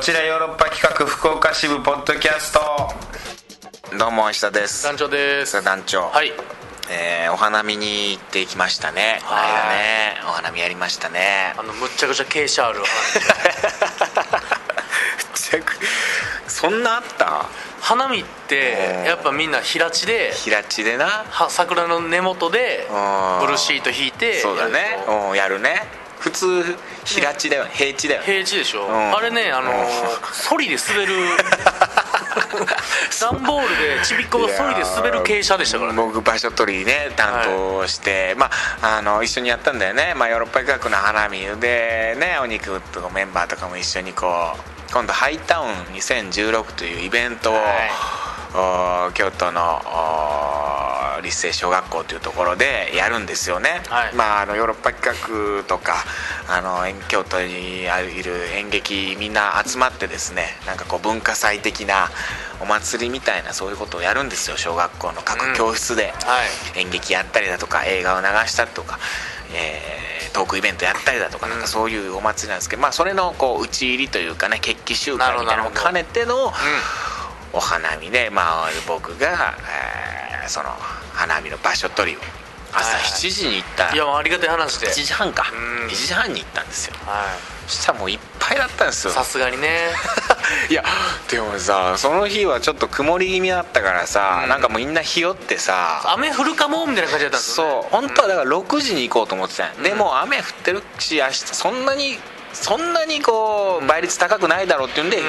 ちらヨーロッパ企画福岡支部ポッドキャストどうも石田です団長です石田団長はいえーお花見に行ってきましたねこのはい間ねお花見やりましたねあのむっちゃくちゃ傾斜ある 花見そんなあった花見ってやっぱみんな平地で平地でなは桜の根元でうんブルーシート引いてそうだねやるうんやるね普通平地だよ平地だよと平地でしょ、んあれねあのーソリで滑る 段ボールでちびっこがソリで滑る傾斜でしたからね僕場所取りね担当して、まああの一緒にやったんだよね、まあ、ヨーロッパ企画の花見でねお肉とかメンバーとかも一緒にこう今度ハイタウン2016というイベントを、お京都のお立成小学校というところでやるんですよね、はいまあ、あのヨーロッパ企画とかあのえん京都にいる演劇みんな集まってですねなんかこう文化祭的なお祭りみたいなそういうことをやるんですよ小学校の各教室で、はい演劇やったりだとか映画を流したりとか、えートークイベントやったりだとかなんかそういうお祭りなんですけど、まあ、それのこう打ち入りというかね決起集会みたいなのも兼ねてのお花見で、まあ、僕が、えーその花見の場所取りを朝はい7時に行った、いやもうありがたい話で7時半か、うん1時半に行ったんですよはそしたらもういっぱいだったんですいよさすがにねいやでもさその日はちょっと曇り気味だったからさ、うんなんかもうみんな日和ってさ雨降るかもみたいな感じだったんですよ、ね、そう本当はだから6時に行こうと思ってたんや、んでも雨降ってるし明日そんなにそんなにこう倍率高くないだろうっていうんで、ん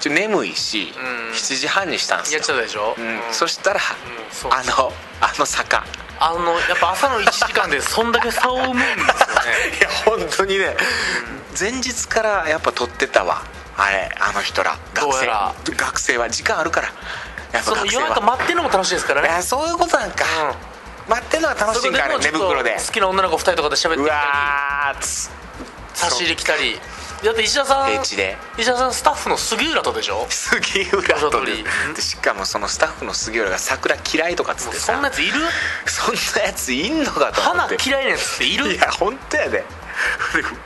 ちょっと眠いし、うん7時半にしたんですやよっちゃったでしょ、うんうんそしたら、んそうあのあの 坂あのやっぱ朝の1時間でそんだけ差を生むんですよ ねいや本当にね、前日からやっぱ撮ってたわあれあの人らどう学や生ら学生は時間あるからやっぱその学生夜中は待ってるのも楽しいですからいねやそういうことなんか、待ってるのが楽しいんかあれそ寝こでもうちょ袋っとで好きな女の子2人とかで喋ってうみたりわーつ差し入れ来たりだって石田さん平地で石田さんスタッフの杉浦とでしょも杉浦場所と取りでしかもそのスタッフの杉浦が桜嫌いとかっつっうてそさんなやついるそんなやついんのかと思花って嫌いなやつっているいや本当やで で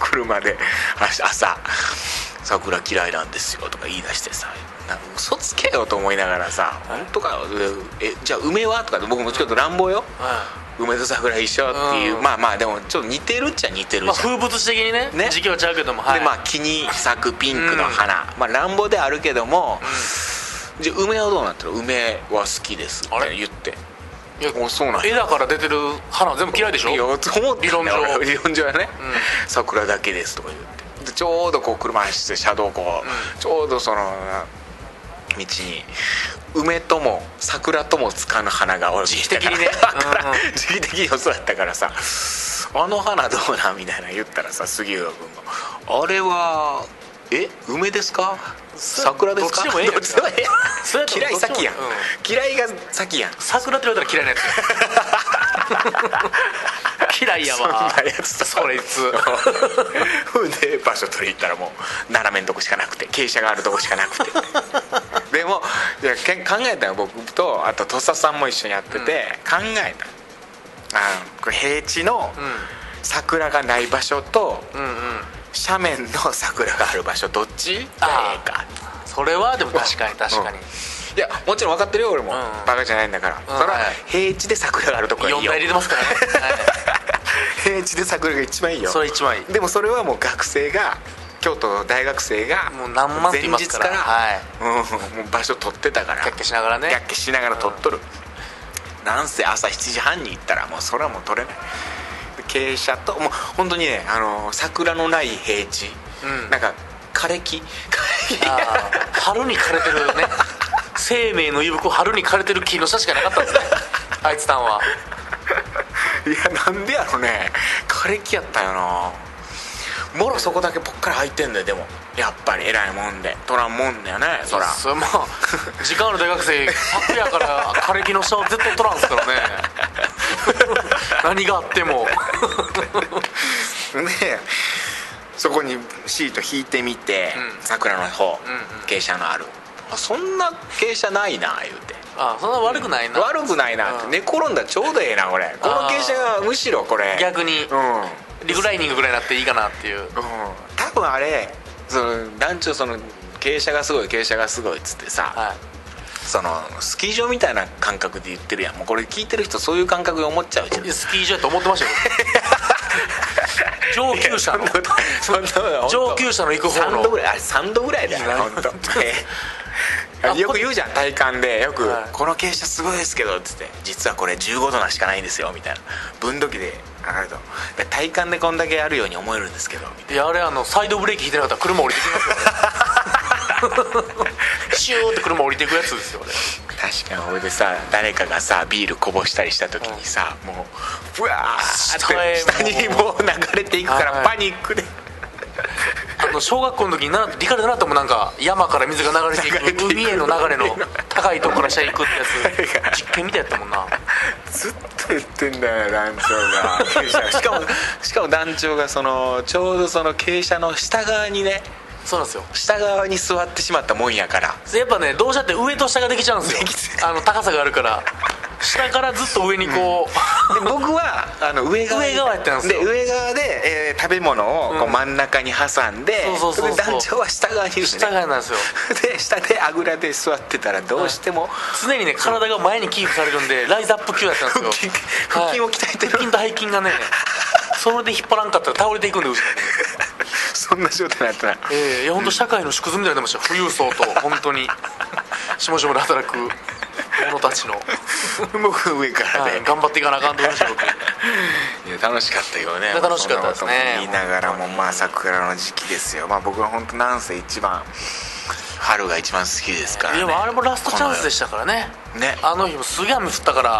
車で朝朝桜嫌いなんですよとか言い出してさなんか嘘つけよと思いながらさ本当かよえじゃあ梅はとか僕もちょっと乱暴よう梅と桜一緒っていう、うんまあまあでもちょっと似てるっちゃ似てるんじゃまあ、ん、風物詩的にねね時期はちゃうけども、はいでまあ木に咲くピンクの花、まあ乱暴ではあるけども、じゃあ梅はどうなってる梅は好きですっあてれ言っていやおそうなんや枝から出てる花全部嫌いでしょいや思ってんだよ理論上俺理論上はね、桜だけですとか言ってでちょうどこう車走って車道こう、ちょうどそのな道に梅とも桜ともつかぬ花が時期的にねうんうん時期的に予想だったからさ「あの花どうな?」みたいな言ったらさ杉浦君が「あれはえ梅ですか桜ですか?」どっちでもええやんどっちでもええやんそれやったら嫌い先やん、どっ嫌いが先やん桜って言われたら嫌いなや つ 嫌いやわそんなやつだそれいつ ほんで場所取り行ったらもう斜めんとこしかなくて傾斜があるとこしかなくて でもいやけん考えたよ僕とあと土佐さんも一緒にやってて、考えたあのこれ平地のうん桜がない場所とうんうん斜面の桜がある場所どっちがええかそれはでも確かに確かに、いやもちろん分かってるよ俺も、うんバカじゃないんだから、それははい平地で桜があるとこがいいよ4倍入れてますからね、は 平地で桜が一番いいい、よそれ1枚でもそれはもう学生が京都の大学生がもう何万って前言いま日すかかららはいうんもう場所取ってたからキャッキャしながらねキャッキャしながら取っとる、なんせ朝7時半に行ったらもうそれはもう取れないで傾斜ともう本当にねあのー桜のない平地、うんなんか枯れ木枯れ木あー春に枯れてるね生命の息吹を春に枯れてる木の下しかなかったんです ねあいつさんはいやなんでやろね枯れ木やったよなもろそこだけぽっから空いてんだよでもやっぱり偉いもんで取らんもんだよねそらそれまあ時間ある大学生昨夜から枯れ木の下を絶対取らんす からね何があってもでそこにシート引いてみて、うん桜の方、んうん傾斜のあるあそんな傾斜ないな言うてあーそんな悪くないな悪くないなって、うん寝転んだらちょうどええなこれこの傾斜がむしろこれ逆にうん、うん、リクライニングぐらいになっていいかなっていう多分あれその団長その傾斜がすごい傾斜がすごいっつってさ、はいそのスキー場みたいな感覚で言ってるやんもうこれ聞いてる人そういう感覚で思っちゃうじゃんいやスキー場やと思ってましたよ上級者の そんなそんな上級者の行く方の3度ぐらいあれ3度ぐらいだよねいいな本当あよく言うじゃん体感でよく、はいこの傾斜すごいですけど」っつって「実はこれ15度なしかないんですよ」みたいな分度器で上がるとで体感でこんだけあるように思えるんですけどみたいいやあれあのサイドブレーキ引いてなかったら車降りてきますよね シューって車降りていくやつですよねな確かに俺でさ誰かがさビールこぼしたりした時にさ、もううわーっ下へて下にもう流れていくかはらいパニックであの小学校の時にな理科で習ったもんなんか山から水が流れていく流れていく海への流れの高いとこから下に行くってやつ実験みたいやったもんなずっと言ってんだよ団長が しかもしかも団長がそのちょうどその傾斜の下側にねそうなんですよ下側に座ってしまったもんやからやっぱねどうしたって上と下ができちゃうんですよあの高さがあるから下からずっと上にこう、で僕はあの上側上側やったんですよ上側で、えー食べ物をこううん真ん中に挟んで、そうそうそうそうれで団長は下側にいるんです下ねがなんですよで下であぐらで座ってたらどうしても常にね体が前にキープされるんでライズアップ級やったん腹です筋よ腹筋を鍛えてる、腹筋と背筋がねそれで引っ張らんかったら倒れていくんで後ろにそんな状態になったらええいや本当社会の縮図みたいになってましたよ富裕層と本当にしもしもで働く者たちの、僕上からはで、い、頑張っていかなあかんと思いましたよ僕いや楽しかったよね楽しかったですそねんなことも言いながらもまあ桜の時期ですよまあ僕は本当なんせ一番春が一番好きですから、ね、でもあれもラストチャンスでしたからねねあの日もすげえ雨降ったから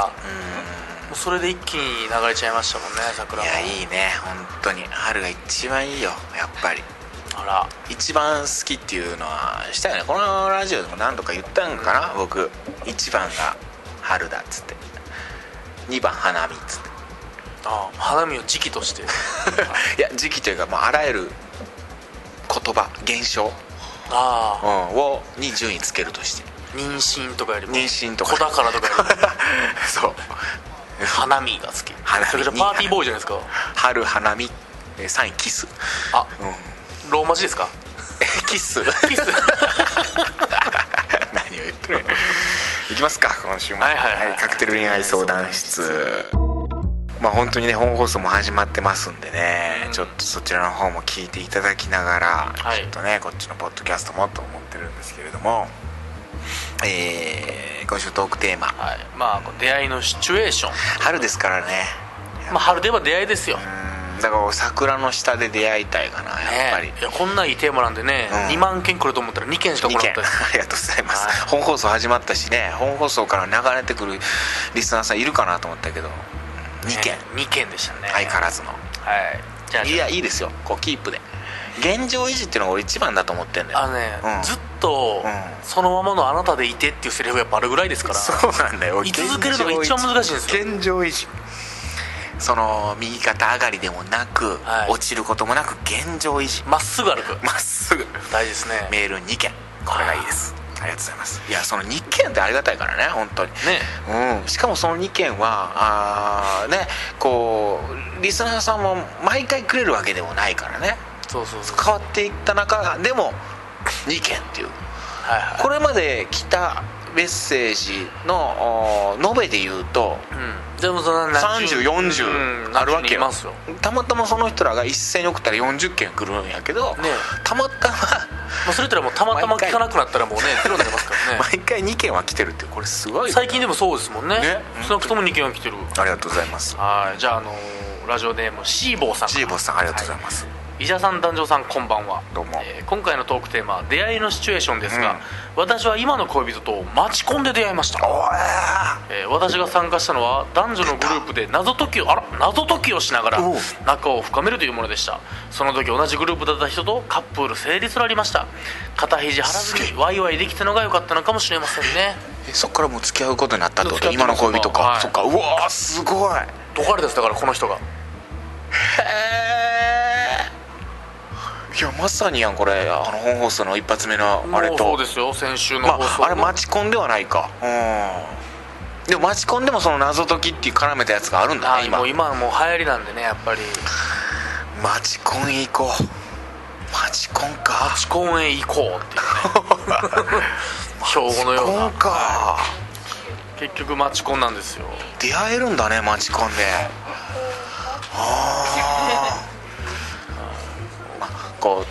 もうそれで一気に流れちゃいましたもんね桜いもやいいね本当に春が一番いいよやっぱりあら一番好きっていうのはしたよねこのラジオでも何度か言ったんかな僕一番が春だっつって2番花見っつってあ花見を時期 としていや時期というかもうあらゆる言葉現象、あうあんをに順位つけるとして妊娠とかよりも妊娠とか子宝とかよりも そう花見が好き花見それからパーティーボーイじゃないですか春花見えー3位キスあうんローマ字で すかキス キス何を言ってるいきますか今週もはいはいはいカクテル恋愛相談室まあ本当にね本放送も始まってますんでね、うんちょっとそちらの方も聞いていただきながら、はいちょっとねこっちのポッドキャストもと思ってるんですけれどもえー今週のトークテーマはいまあこう出会いのシチュエーション春ですからねまあ春では出会いですよねうんだから桜の下で出会いたいかなやっぱり、いやこんないいテーマなんでね、うん2万件来ると思ったら2件しか来2なか件ったで すありがとうございます、はい本放送始まったしね本放送から流れてくるリスナーさんいるかなと思ったけど2件、 2件でしたね相変わらずのはいじゃあいやいいですよこうキープで現状維持っていうのが俺一番だと思ってんだよあのね、うんずっと、うんそのままのあなたでいてっていうセリフがやっぱあるぐらいですからそうなんだよ居続けるのが一番難しいんですよ現状維持その右肩上がりでもなく、はい落ちることもなく現状維持まっすぐ歩くまっすぐ大事ですねねメール2件これがいいですありがとうございますいやその2件ってありがたいからね本当にうん、しかもその2件はあーねこうリスナーさんも毎回くれるわけでもないからねそうそうそう変わっていった中でも2件っていうはいはいこれまで来たメッセージのお延べで言うとうんでもその3040あるわけいよますよたまたまその人らが一斉に送ったら40件来るんやけど、ねたまたままあ、それとらもうたまたま聞かなくなったらもうね ゼロになりますから ね毎回2件は来てるっていうこれすごい最近でもそうですもんねね少なくとも2件は来てるありがとうございますはいじゃあ、あのーラジオネームシーボーさんジーボスさんありがとうございます、医者さん男女さんこんばんはどうもえー今回のトークテーマは出会いのシチュエーションですが、うん私は今の恋人と待ち込んで出会いました、えー私が参加したのは男女のグループで謎解きをあら謎解きをしながらおう仲を深めるというものでしたその時同じグループだった人とカップル成立となりました肩肘張らずにワイワイできたのが良かったのかもしれませんねえそっからもう付き合うことになったってこと付き合今ってのま恋す人か、はいそっかうわーすごいへどこからですだからこの人がえいやまさにやんこれあの本放送の一発目のあれもうとそうですよ先週のま放送あ、あれの待ち込んではないかうんでも待ち込んでもその謎解きっていう絡めたやつがあるんだはねい今もう今はもう流行りなんでねやっぱり待ち込ん行こう待ち込んか公園行こうっていうね 標語のようそなうか結局マチコンなんですよ出会えるんだねマチコンであーまあこ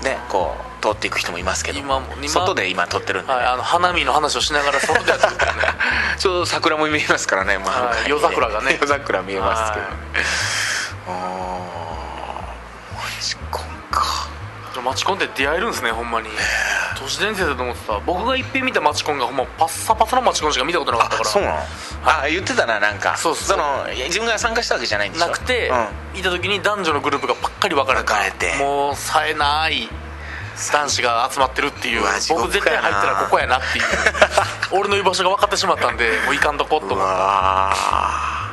うねこう通っていく人もいますけど今も今外で今撮ってるんで、ねはい、あの花見の話をしながら外でやって るからねちょうど桜も見えますからね、まあはい向かい夜桜がね 夜桜見えますけどねあーマジコンかマチコンって出会えるんですねほんまに都市伝説だと思ってた僕が一遍見たマチコンがほんまパッサパサのマチコンしか見たことなかったあからそうなの、あ言ってたななんかそうそうのいや自分が参加したわけじゃないんでしょなくて、ういた時に男女のグループがばっかり分かれた分かれてもう冴えない男子が集まってるっていううわ地獄僕絶対やな入ったらここやなっていう 俺の居場所が分かってしまったんでもういかんとこっんと思ってうわー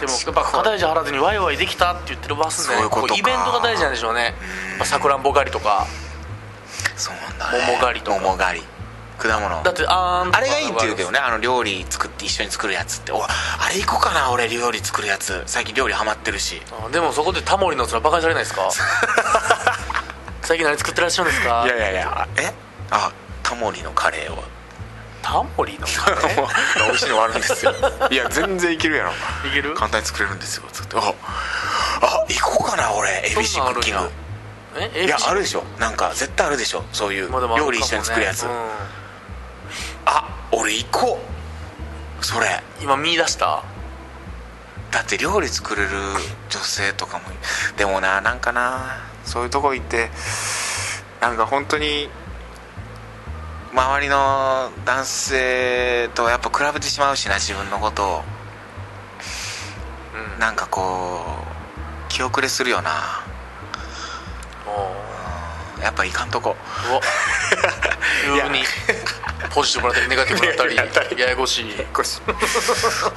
でもマジやっぱ課題児張らずにワイワイできたって言ってるバスで、そういうことかこうイベントが大事なんでしょうねやっぱさくらんぼ狩りとかそうなんだね桃狩りとか桃狩り果物だってあーんとかあれがいいって言うけどねあの料理作って一緒に作るやつっておあれ行こうかな俺料理作るやつ最近料理ハマってるしあーでもそこでタモリの面バカにされないで すか最近何作ってらっしゃるんですかいやいやいやえあタモリのカ レーをタモリのカレー美味しいのあるんですよいや全然いけるやろいける簡単に作れるんですよつってああ行こうかな俺エビシそんなんあクるッんキングやえいや ABC あるでしょなんか絶対あるでしょそういうまあでもあるかも料理ね一緒に作るやつうんあ俺行こうそれ今見出しただって料理作れる女性とかもでもななんかなそういうとこ行ってなんか本当に周りの男性とやっぱ比べてしまうしな自分のことをうんなんかこう気遅れするよなおやっぱいかんとこー うわ急にポジティブもらったりネガティブも らったりややこしい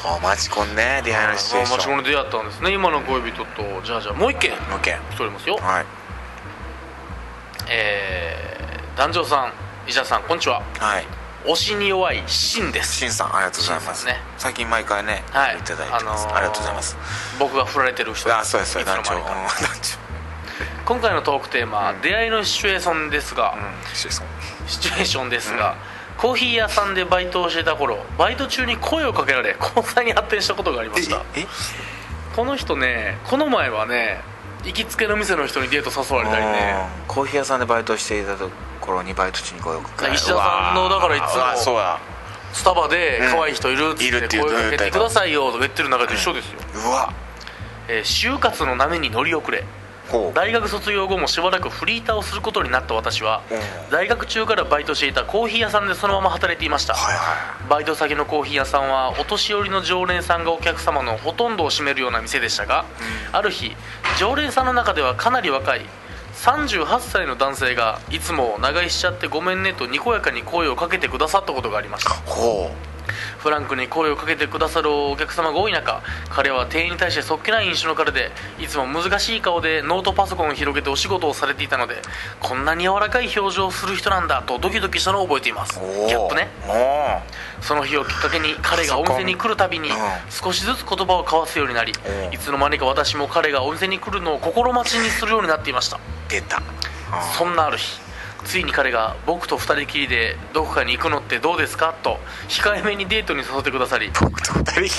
あマチコンね出会いのシチュエーシあマチコョンンで出会ったんですね今の恋人とじゃあじゃあもう一件の件来ておりますよはいえー、男女さん石田さんこんにちははい推しに弱いシンですしんさんありがとうございます、シンさんね最近毎回ね、はいい、ただいてます、あのーありがとうございます僕が振られてる人あそうですそういでつすの団長間うんにか団長今回のトークテーマ、出会いのシチュエーションですうが、んシソンシチュエーションですが、コーヒー屋さんでバイトをしていた頃バイト中に声をかけられ交際に発展したことがありましたええこの人ねこの前はね行きつけの店の人にデート誘われたりねうんコーヒー屋さんでバイトしていたところにバイト中に声をかけられ石田さんのうわーだからいつもうわそうだスタバで可愛い人いるっついるっってていう声をかけてくださいよとか言ってる中と一緒ですよ、うわえー就活の波に乗り遅れほう大学卒業後もしばらくフリーターをすることになった私はうん大学中からバイトしていたコーヒー屋さんでそのまま働いていましたはいはバイト先のコーヒー屋さんはお年寄りの常連さんがお客様のほとんどを占めるような店でしたが、ある日常連さんの中ではかなり若い38歳の男性がいつも長居しちゃってごめんねとにこやかに声をかけてくださったことがありましいたほフランクに声をかけてくださるお客様が多い中彼は店員に対してそっけない印象の彼でいつも難しい顔でノートパソコンを広げてお仕事をされていたのでこんなに柔らかい表情をする人なんだとドキドキしたのを覚えていますうおーギャップねおその日をきっかけに彼がお店に来るたびにうん少しずつ言葉を交わすようになりうんいつの間にか私も彼がお店に来るのを心待ちにするようになっていましたー出たそんなある日ついに彼が僕と二人きりでどこかに行くのってどうですかと控えめにデートに誘ってくださり僕と二人きりで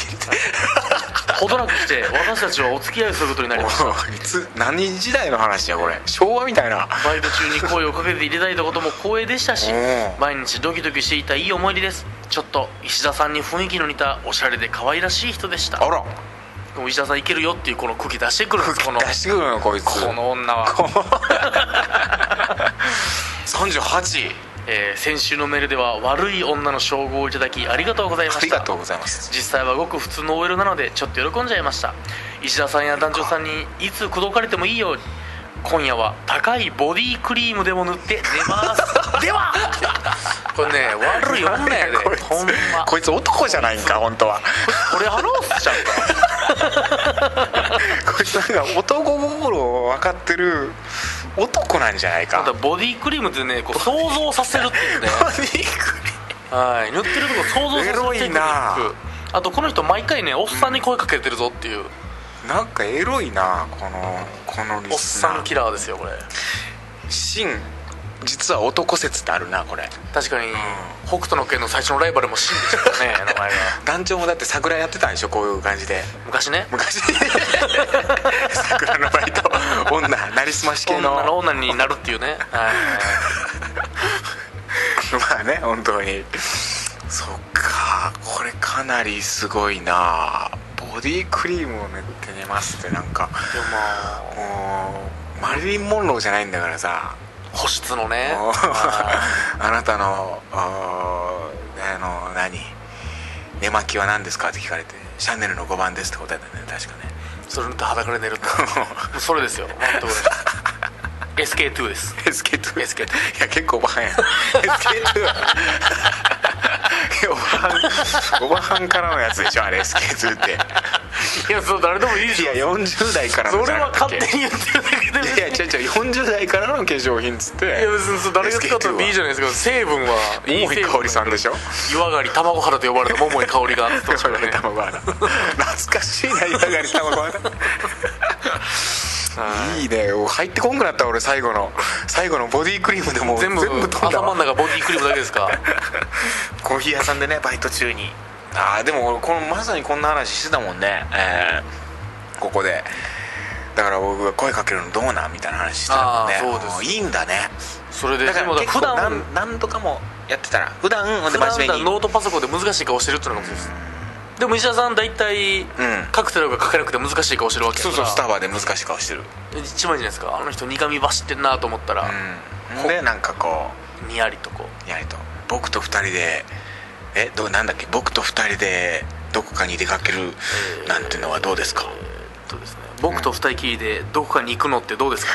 ほどなくして私たちはお付き合いをすることになりましたおーいつ何時代の話やこれ昭和みたいなバイト中に声をかけていただいたことも光栄でしたしうん毎日ドキドキしていたいい思い出ですちょっと石田さんに雰囲気の似たおしゃれで可愛らしい人でしたあらでも石田さんいけるよっていうこの空気出してくるんですこの出してくるのこいつこの女は、 38えー先週のメールでは悪い女の称号をいただきありがとうございまあしりたがとうございます実際はごく普通の OL なのでちょっと喜んじゃいました石田さんや団長さんにいつ口説かれてもいいように今夜は高いボディクリームでも塗って寝ます ではこれね悪い女やでこいつほんまこいつ男じゃないんか本当は俺ハロースちゃうこいつなんか男心を分かってる男なんじゃないかかまたボディクリームってねこう想像させるっていうねボディクリはい、塗ってるとこ想像させエロるテいクニなックあとこの人毎回ねおっさんに声かけてるぞっていう、なんかエロいなこのこのリおっスナさんーキラーですよこれシン実は男説ってあるなこれ確かに、北斗の拳の最初のライバルもシンでしたからね 名前が団長もだって桜やってたんでしょこういう感じで昔ね 昔桜のバイト女なりすまし系女のなら女になるっていうねはい まあね本当にそっかこれかなりすごいなボディクリームを塗って寝ますってなんかでもまあもうマリリン・モンローじゃないんだからさ保湿のねもうは いあなたのあーあの何寝巻きは何ですかって聞かれてシャネルの5番ですって答えたんだよね確か ねそれ塗って裸で寝ると もうそれですよ本 当これ SK2 ですエスケートエスケ SK2 いや結構おばは んやエスケートおばはんおばはんからのやつでしょあれエスケートっていやそう誰でもいいでしいょや40代からそのれは勝手に言ってるだけで別いにやいや違う違う40代からの化粧品っつっていや別にそう誰が使ったっていいじゃないですか成分は桃井かおりさんでししょょ岩狩り卵肌と呼ばれた桃井香りがあっ岩た狩卵花 懐かしいな岩狩卵花いいねお入ってこんくなった俺最後の最後のボディクリームでもう 全全部部飛んだ頭わの中ボディクリームだけですかコーヒー屋さんでねバイト中にああでも俺このまさにこんな話してたもんねえーここでだから僕が声かけるのどうなんみたいな話してたもんねあーそうですもいいんだねそれでだかでもら結普構な段ん何度かもやってたら普段ほんで普段真面目にノートパソコンで難しい顔してるっていうのが面白いですでも石田さん大体カクテルが書けなくて難しい顔してるわけやそうからそうスタバで難しい顔してる一番いいじゃないですかあの人苦み走ってんなと思ったらうんでなんかこにやりとこうやると僕と二人でえどうなんだっけ僕と二人でどこかに出かけるえーなんてのはどうですか、えーっとですね僕と二人きりでどこかに行くのってどうですか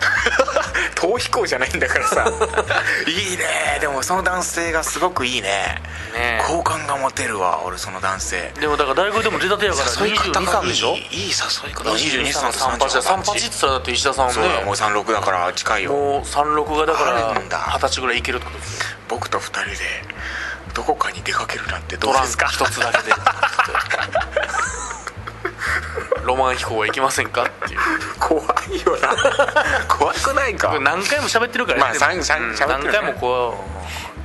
逃避行じゃないんだからさ いいねでもその男性がすごくいいね ね好感が持てるわ俺その男性えでもだから大学でも出たてやから誘い方がい2223いでしょいい誘い方22歳と三八だ三八って言ったらだって石田さんはそうだねもう36だから近いよもう36がだからあるんだ二十歳ぐらいいけるってことですよ僕と二人でどこかに出かけるなんてどうトラでンすか一つだけ でロマン飛行は行きませんかっていう怖いよな 怖くないかこれ何回も喋ってるからまあさんさんうん喋って何るね回もこ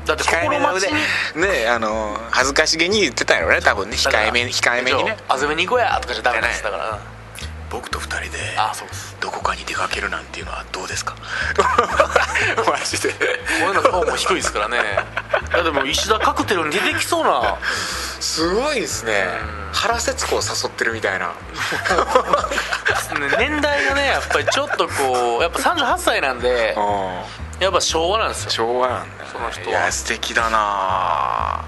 うだって心待ちにねあの恥ずかしげに言ってたよね多分ね控えめ控えめにね「遊びに行こうや」とかじゃダメなんですだから僕と二人でああそうですどこかに出かけるなんていうのはどうですか マジでこういうの顔も低いですからねいやでも石田カクテルに出てきそうなすごいですね原節子を誘ってるみたいな年代がねやっぱりちょっとこうやっぱ38歳なんでやっぱ昭和なんですよ昭和なんだその人はいや素敵だな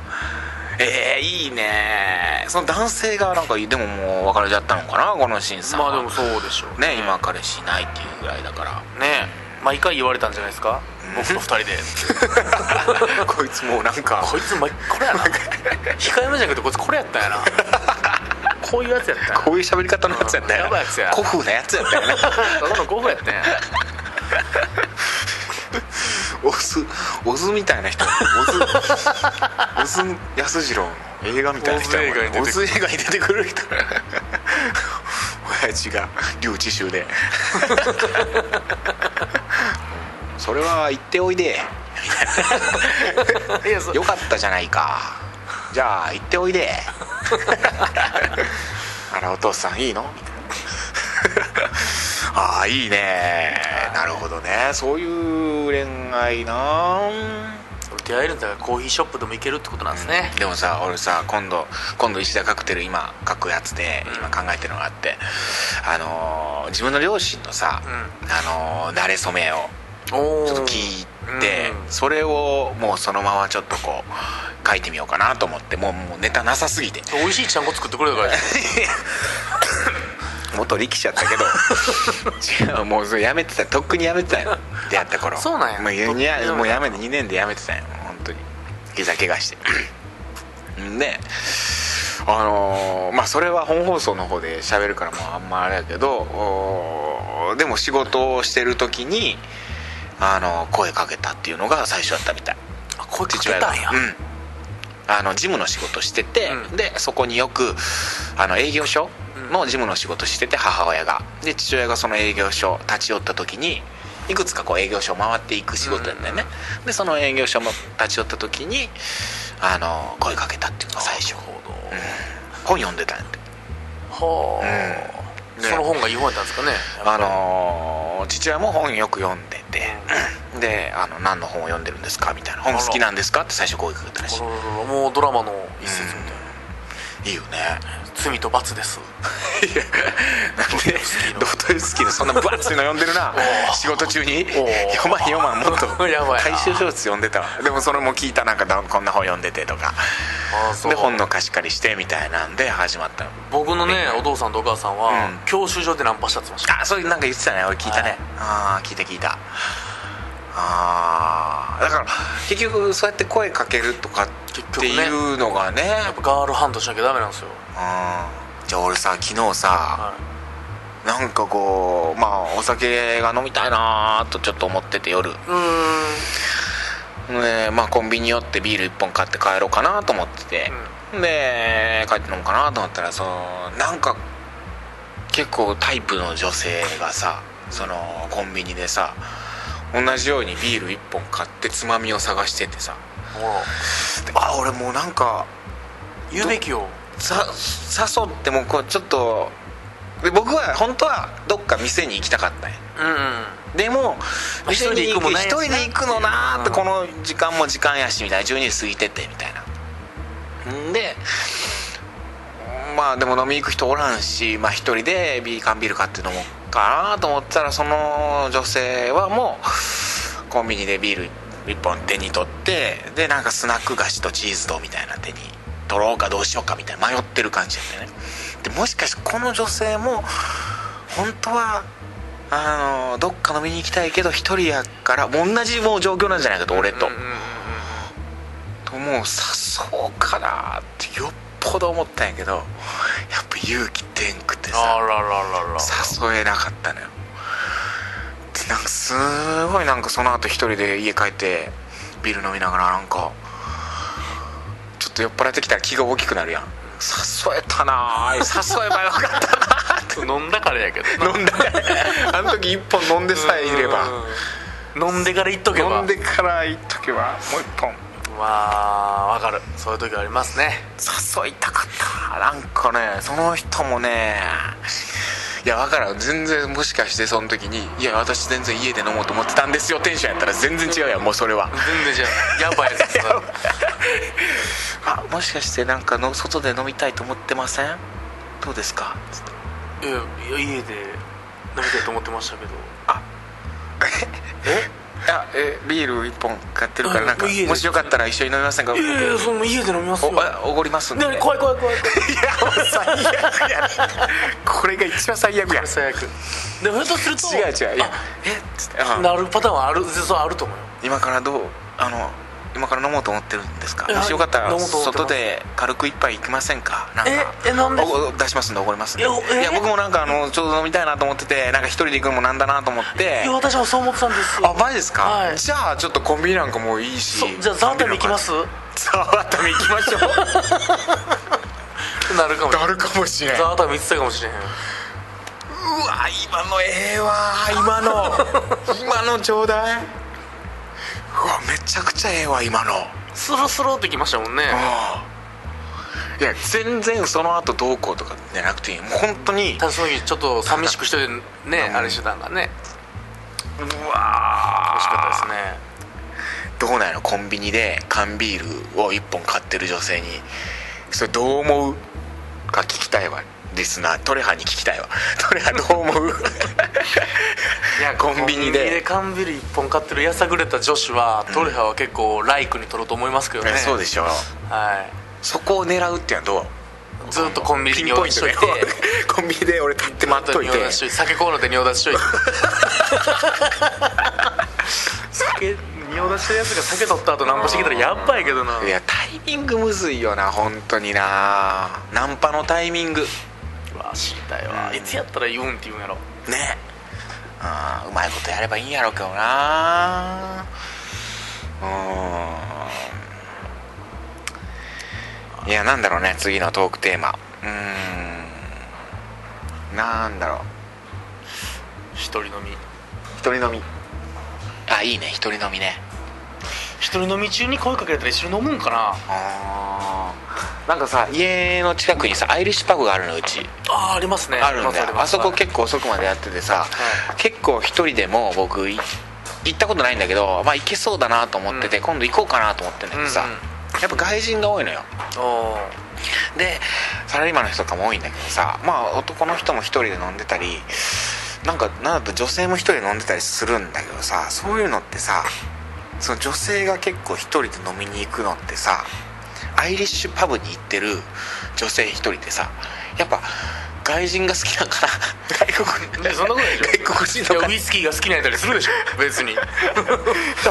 えー、いいねその男性がなんかでももう別れちゃったのかなこのシンさんまはあでもそうでしょうね今彼氏いないっていうぐらいだからね毎回言われたんじゃないですか僕と二人で こいつもうなんかこいつ毎これやな控えめじゃなくてこいつこれやったんやなこういうやつやったんやこういう喋り方のやつやったよやばいやつや古風なやつやった よねただの5分やったんやオズオズみたいな人オズオズ安次郎の映画みたいな人やもんねオオズズ映画に出てくる人親父が留置衆 でそれは行っておいでいやそよかったじゃないかじゃあ行っておい であらお父さんいいの みたいなああいいねなるほどねそういう恋愛な出会えるんだからコーヒーショップでも行けるってことなんですね、でもさ俺さ今度今度石田カクテル今書くやつで今考えてるのがあってあのー自分の両親のさ、うあのー馴れ初めをおおちょっと聞いて、うんそれをもうそのままちょっとこう書いてみようかなと思ってもうもうネタなさすぎて美味しいちゃんこ作ってくれたからです元力士やったけ ど違うもうそれやめてたとっくにやめてたよ出会った頃そうなんやもうとっくにややめたもうやめて2年でやめてたよ本当に膝怪我して んであのーまあそれは本放送の方で喋るからもうあんまあれやけどおーでも仕事をしてる時にあの声かけたっていうのが最初だったみたいあこう父父親親がたんや、うんあのジムの仕事してて、うんでそこによくあの営業所うんのジムの仕事してて母親がで父親がその営業所立ち寄った時にいくつかこう営業所を回っていく仕事やったよね、でその営業所も立ち寄った時にあの声かけたっていうのが最初、ほどうん本読んでたんやってはうんあ、ねその本が違法やったんですかねあのー父親も本よく読んでてであの「何の本を読んでるんですか?」みたいな「本好きなんですか?」って最初声かけたらしこのもうドラマの一節みたいいいいよ ねな「罪と罰 ですいやなんでドストエフスキーのそんな分厚いの読んでるなおう仕事中におう 読まん読まんもっと やばいな大衆小説読んでたわでもそれも聞いたなんかだこんな本読んでてとか」ああそで本の貸し借りしてみたいなんで始まったの僕のねお父さんとお母さんは、うん教習所でナンパしたって言ってましたあそういうなんか言ってたね俺聞いたね、はいああ聞いた聞いたああだから結局そうやって声かけるとかっていうのがねやっぱガールハントしなきゃダメなんですよ、うんじゃあ俺さ昨日さはなんかこうまあお酒が飲みたいなーとちょっと思ってて夜い、うーんでまあコンビニ寄ってビール1本買って帰ろうかなと思ってて、で帰って飲むかなと思ったらそのなんか結構タイプの女性がさそのコンビニでさ同じようにビール1本買ってつまみを探しててさほらであ俺もうなんか言うべきよさ誘ってもこうちょっとで僕は本当はどっか店に行きたかったんやうんうんでもあ一人で行くもん一ないや人しなで行くのなーってうんこの時間も時間やしみたいな12時過ぎててみたいなんでまあでも飲み行く人おらんし、まあ、一人でビーカンビール買って飲もうかなと思ったらその女性はもうコンビニでビール1本手に取ってでなんかスナック菓子とチーズとみたいな手に取ろうかどうしようかみたいな迷ってる感じやったねでもしかしてこの女性も本当はあのどっか飲みに行きたいけど一人やからもう同じもう状況なんじゃないかと俺と、うんうんうんうんともう誘おうかなってよっぽど思ったんやけどやっぱ勇気出んくてあさらららら誘えなかったのよでなんかすごいなんかその後一人で家帰ってビール飲みながらなんかちょっと酔っ払ってきたら気が大きくなるやん誘えたなあ誘えばよかったなあって飲んだからやけど飲 んだあの時一本飲んでさえいればうん飲んでから言っとけば飲んでから行っとけばもう一本まあわかるそういう時はありま すね誘いたかったなんかねその人もねいや分からん全然もしかしてその時に「いや私全然家で飲もうと思ってたんですよ」テンションやったら全然違うやんもうそれは全然じゃあやばい やつだあもしかしてなんかの外で飲みたいと思ってませんどうですかつっていやいや家で飲みたいと思ってましたけどいやえビール1本買ってるからなんかうん家でもしよかったら一緒に飲みませんかいやいやその家で飲みますよおあおごりますんでね怖い怖い怖い怖いいやもう最悪やこれが一番最悪や最悪でふとすると違う違ういやえっつってうんなるパターンはある絶対あると思うよ今からどうあの今から飲もうと思ってるんですかえもしよかった飲らもうと思ってます外で軽く一杯行きませんかなんかええなんでおお出しますんで怒りますんでいやえいや僕もなんかあのちょうど飲みたいなと思っててなんか一人で行くのもなんだなと思っていや私もそう思ってたんですあマジですか、はいじゃあちょっとコンビニなんかもういいしそうじゃあザワタミ行きますザワタミ行きま しょうなるかもしれなるかもしれんなういザワタミ言ってたかもしれへんわ今のええわ今 の今のちょうだいうわめちゃくちゃええわ今のスロスロってきましたもんねうんいや全然その後どうこうとかじゃなくていいもう本当にただその時ちょっと寂しくしてねうんあれしてたんがねうわ惜しかったねですねどうなんやろコンビニで缶ビールを1本買ってる女性にそれどう思うか聞きたいわリスナートレハに聞きたいわ トレハどう思うい やコンビニで缶ビール1本買ってるやさぐれた女子は、トレハは結構ライクに取ると思いますけどねえそうでしょはそこを狙うっていうのはどいずっとコンビうニピにンポ用イ意ンしトといで てコンビニで俺立って待っといて尿出しといて酒コーナーで尿出しといて酒尿出してるやつが酒取った後ナンパしてきたらやっばいけどないやタイミングむずいよな本当になナンパのタイミングうわ知りたいわうんいつやったら言うんって言うんやろねあーうまいことやればいいんやろうけどなうーんいやなんだろうね次のトークテーマうーんなんだろう一人飲み一人飲みあいいね一人飲みね一人飲み中に声かけられたら一緒に飲むんかなあーなんかさ家の近くにさアイリッシュパブがあるのうちあーありますねあるんだりよまあすそりこます結構遅くまでやっててさ、は結構一人でも僕い行ったことないんだけどまあ行けそうだなと思ってて、う今度行こうかなと思ってんだけどさ、うんうんやっぱ外人が多いのよおーでサラリーマンの人とかも多いんだけどさまあ男の人も一人で飲んでたりなんかなんだと女性も一人で飲んでたりするんだけどさそういうのってさその女性が結構一人で飲みに行くのってさアイリッシュパブに行ってる女性一人でさやっぱ外人が好きだから 外国いやそんなことない でしょ外国人とかいやウイスキーが好きなやったりするでしょ別にあ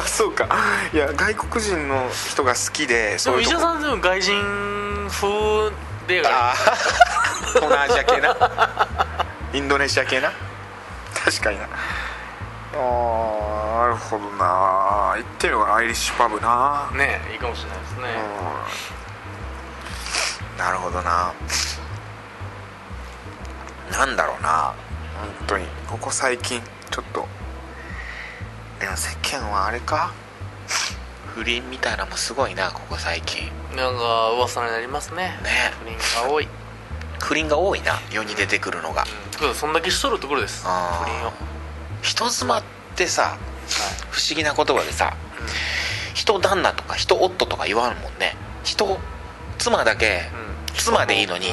そうかいや外国人の人が好きで でそうもいう石と田こさんでも外人風でやからあー 東南アジア系なインドネシア系な確かになあーなるほどな行ってるなアイリッシュパブなねいいかもしれないですね、うんなるほどななんだろうな本当にここ最近ちょっとでも世間はあれか不倫みたいなのもすごいなここ最近なんか噂になりますねね不倫が多い、うん、不倫が多いな世に出てくるのがけどそんだけしとるところですあー不倫を、はい人妻ってさ不思議な言葉でさ人旦那とか人夫とか言わんもんね人妻だけうん妻でいいのにうん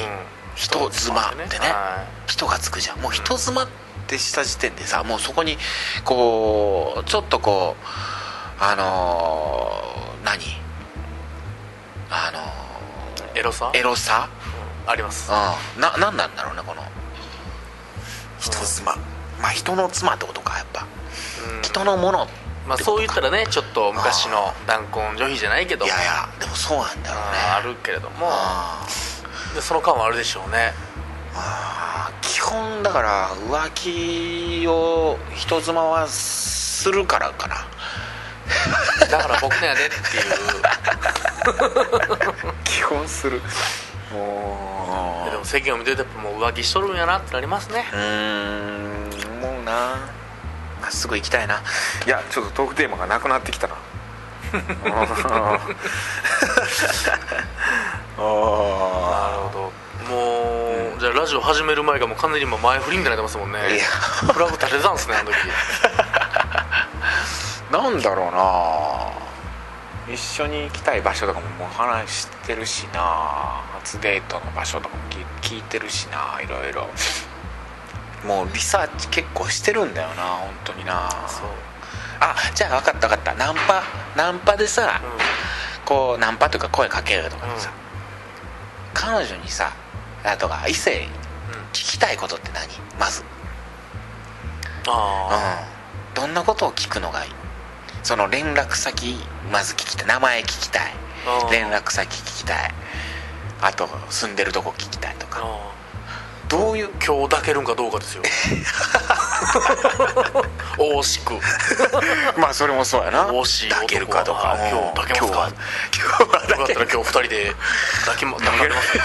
人妻ってねは人がつくじゃんもう人妻ってした時点でさもうそこにこうちょっとこうあのー何あのいエロさーエロさありますうんな何なんだろうねこの人妻まあ人の妻ってことかやっぱうん人のものまあそう言ったらねちょっと昔の弾痕女卑じゃないけどいやいやでもそうなんだろうねあーあるけれどもあーでその感はあるでしょうねあー基本だから浮気を人妻はするからかなだから僕のやでっていう 基本するもでも世間を見てるとやっぱもう浮気しとるんやなってなりますねうーんもうなまっすぐ行きたいないやちょっとトークテーマがなくなってきた ななあるほどもう、じゃあラジオ始める前がもう完全に今前振りみたいになってますもんねいやフラグ立てたんですねあの時あなんだろうな一緒に行きたい場所とかももう話してるしな初デートの場所とかも聞聞いてるしないろいろもうリサーチ結構してるんだよな本当になそう、あじゃあ分かった分かったナンパナンパでさ、こうナンパというか声かけるとかさ、彼女にさあとか異性にうんうん、聞きたいことって何まず、あうん、どんなことを聞くのがいいその連絡先まず聞きたい名前聞きたいあ連絡先聞きたいあと住んでるとこ聞きたいとかあどういう今日抱けるんかどうかです よ惜しくまあそれもそうやな惜しい男抱けるかとかは今日抱けます今日かは今日はよか抱っけたるら今日二人で抱きま抱かれますよ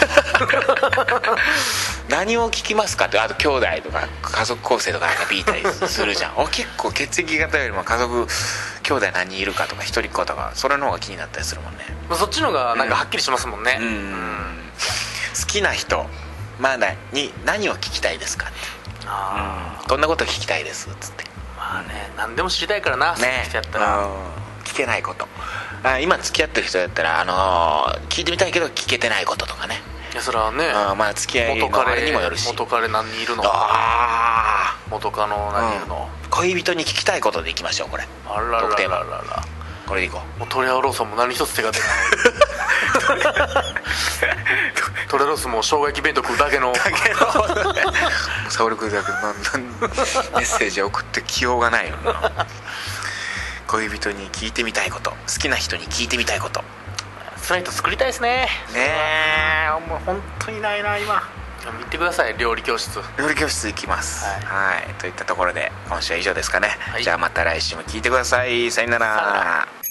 何を聞きますかってあと兄弟とか家族構成とかなんか聞いたりするじ ゃん俺結構血液型よりも家族兄弟何人いるかとか一人っ子とかそれの方が気になったりするもんねまあそっちの方がなんかはっきりしますもんね、うん好きな人まだに何を聞きたいですかってあこんなこと聞きたいですっつってあまあね何でも知りたいからな、好きなね人やったら、うん聞けないことあ今付き合ってる人だったら、あのー聞いてみたいけど聞けてないこととかね、いやそれはねうん、まあ付き合い元のあれ彼にもよるし元彼何人いるのああ元カノ何人いるの、恋人に聞きたいことでいきましょうこれあらら特定らら番ららこれでいこもうトレアローソンも何一つ手が 出ないトレアローソンも生姜焼き弁当食うだけ のう沙織君だけどメッセージ送ってきようがないよな恋人に聞いてみたいこと好きな人に聞いてみたいことスライド作りたいですねねえもう本当にないな今見てください料理教室料理教室行きますはいはいといったところで今週は以上ですかね、いじゃあまた来週も聞いてくださいさよなら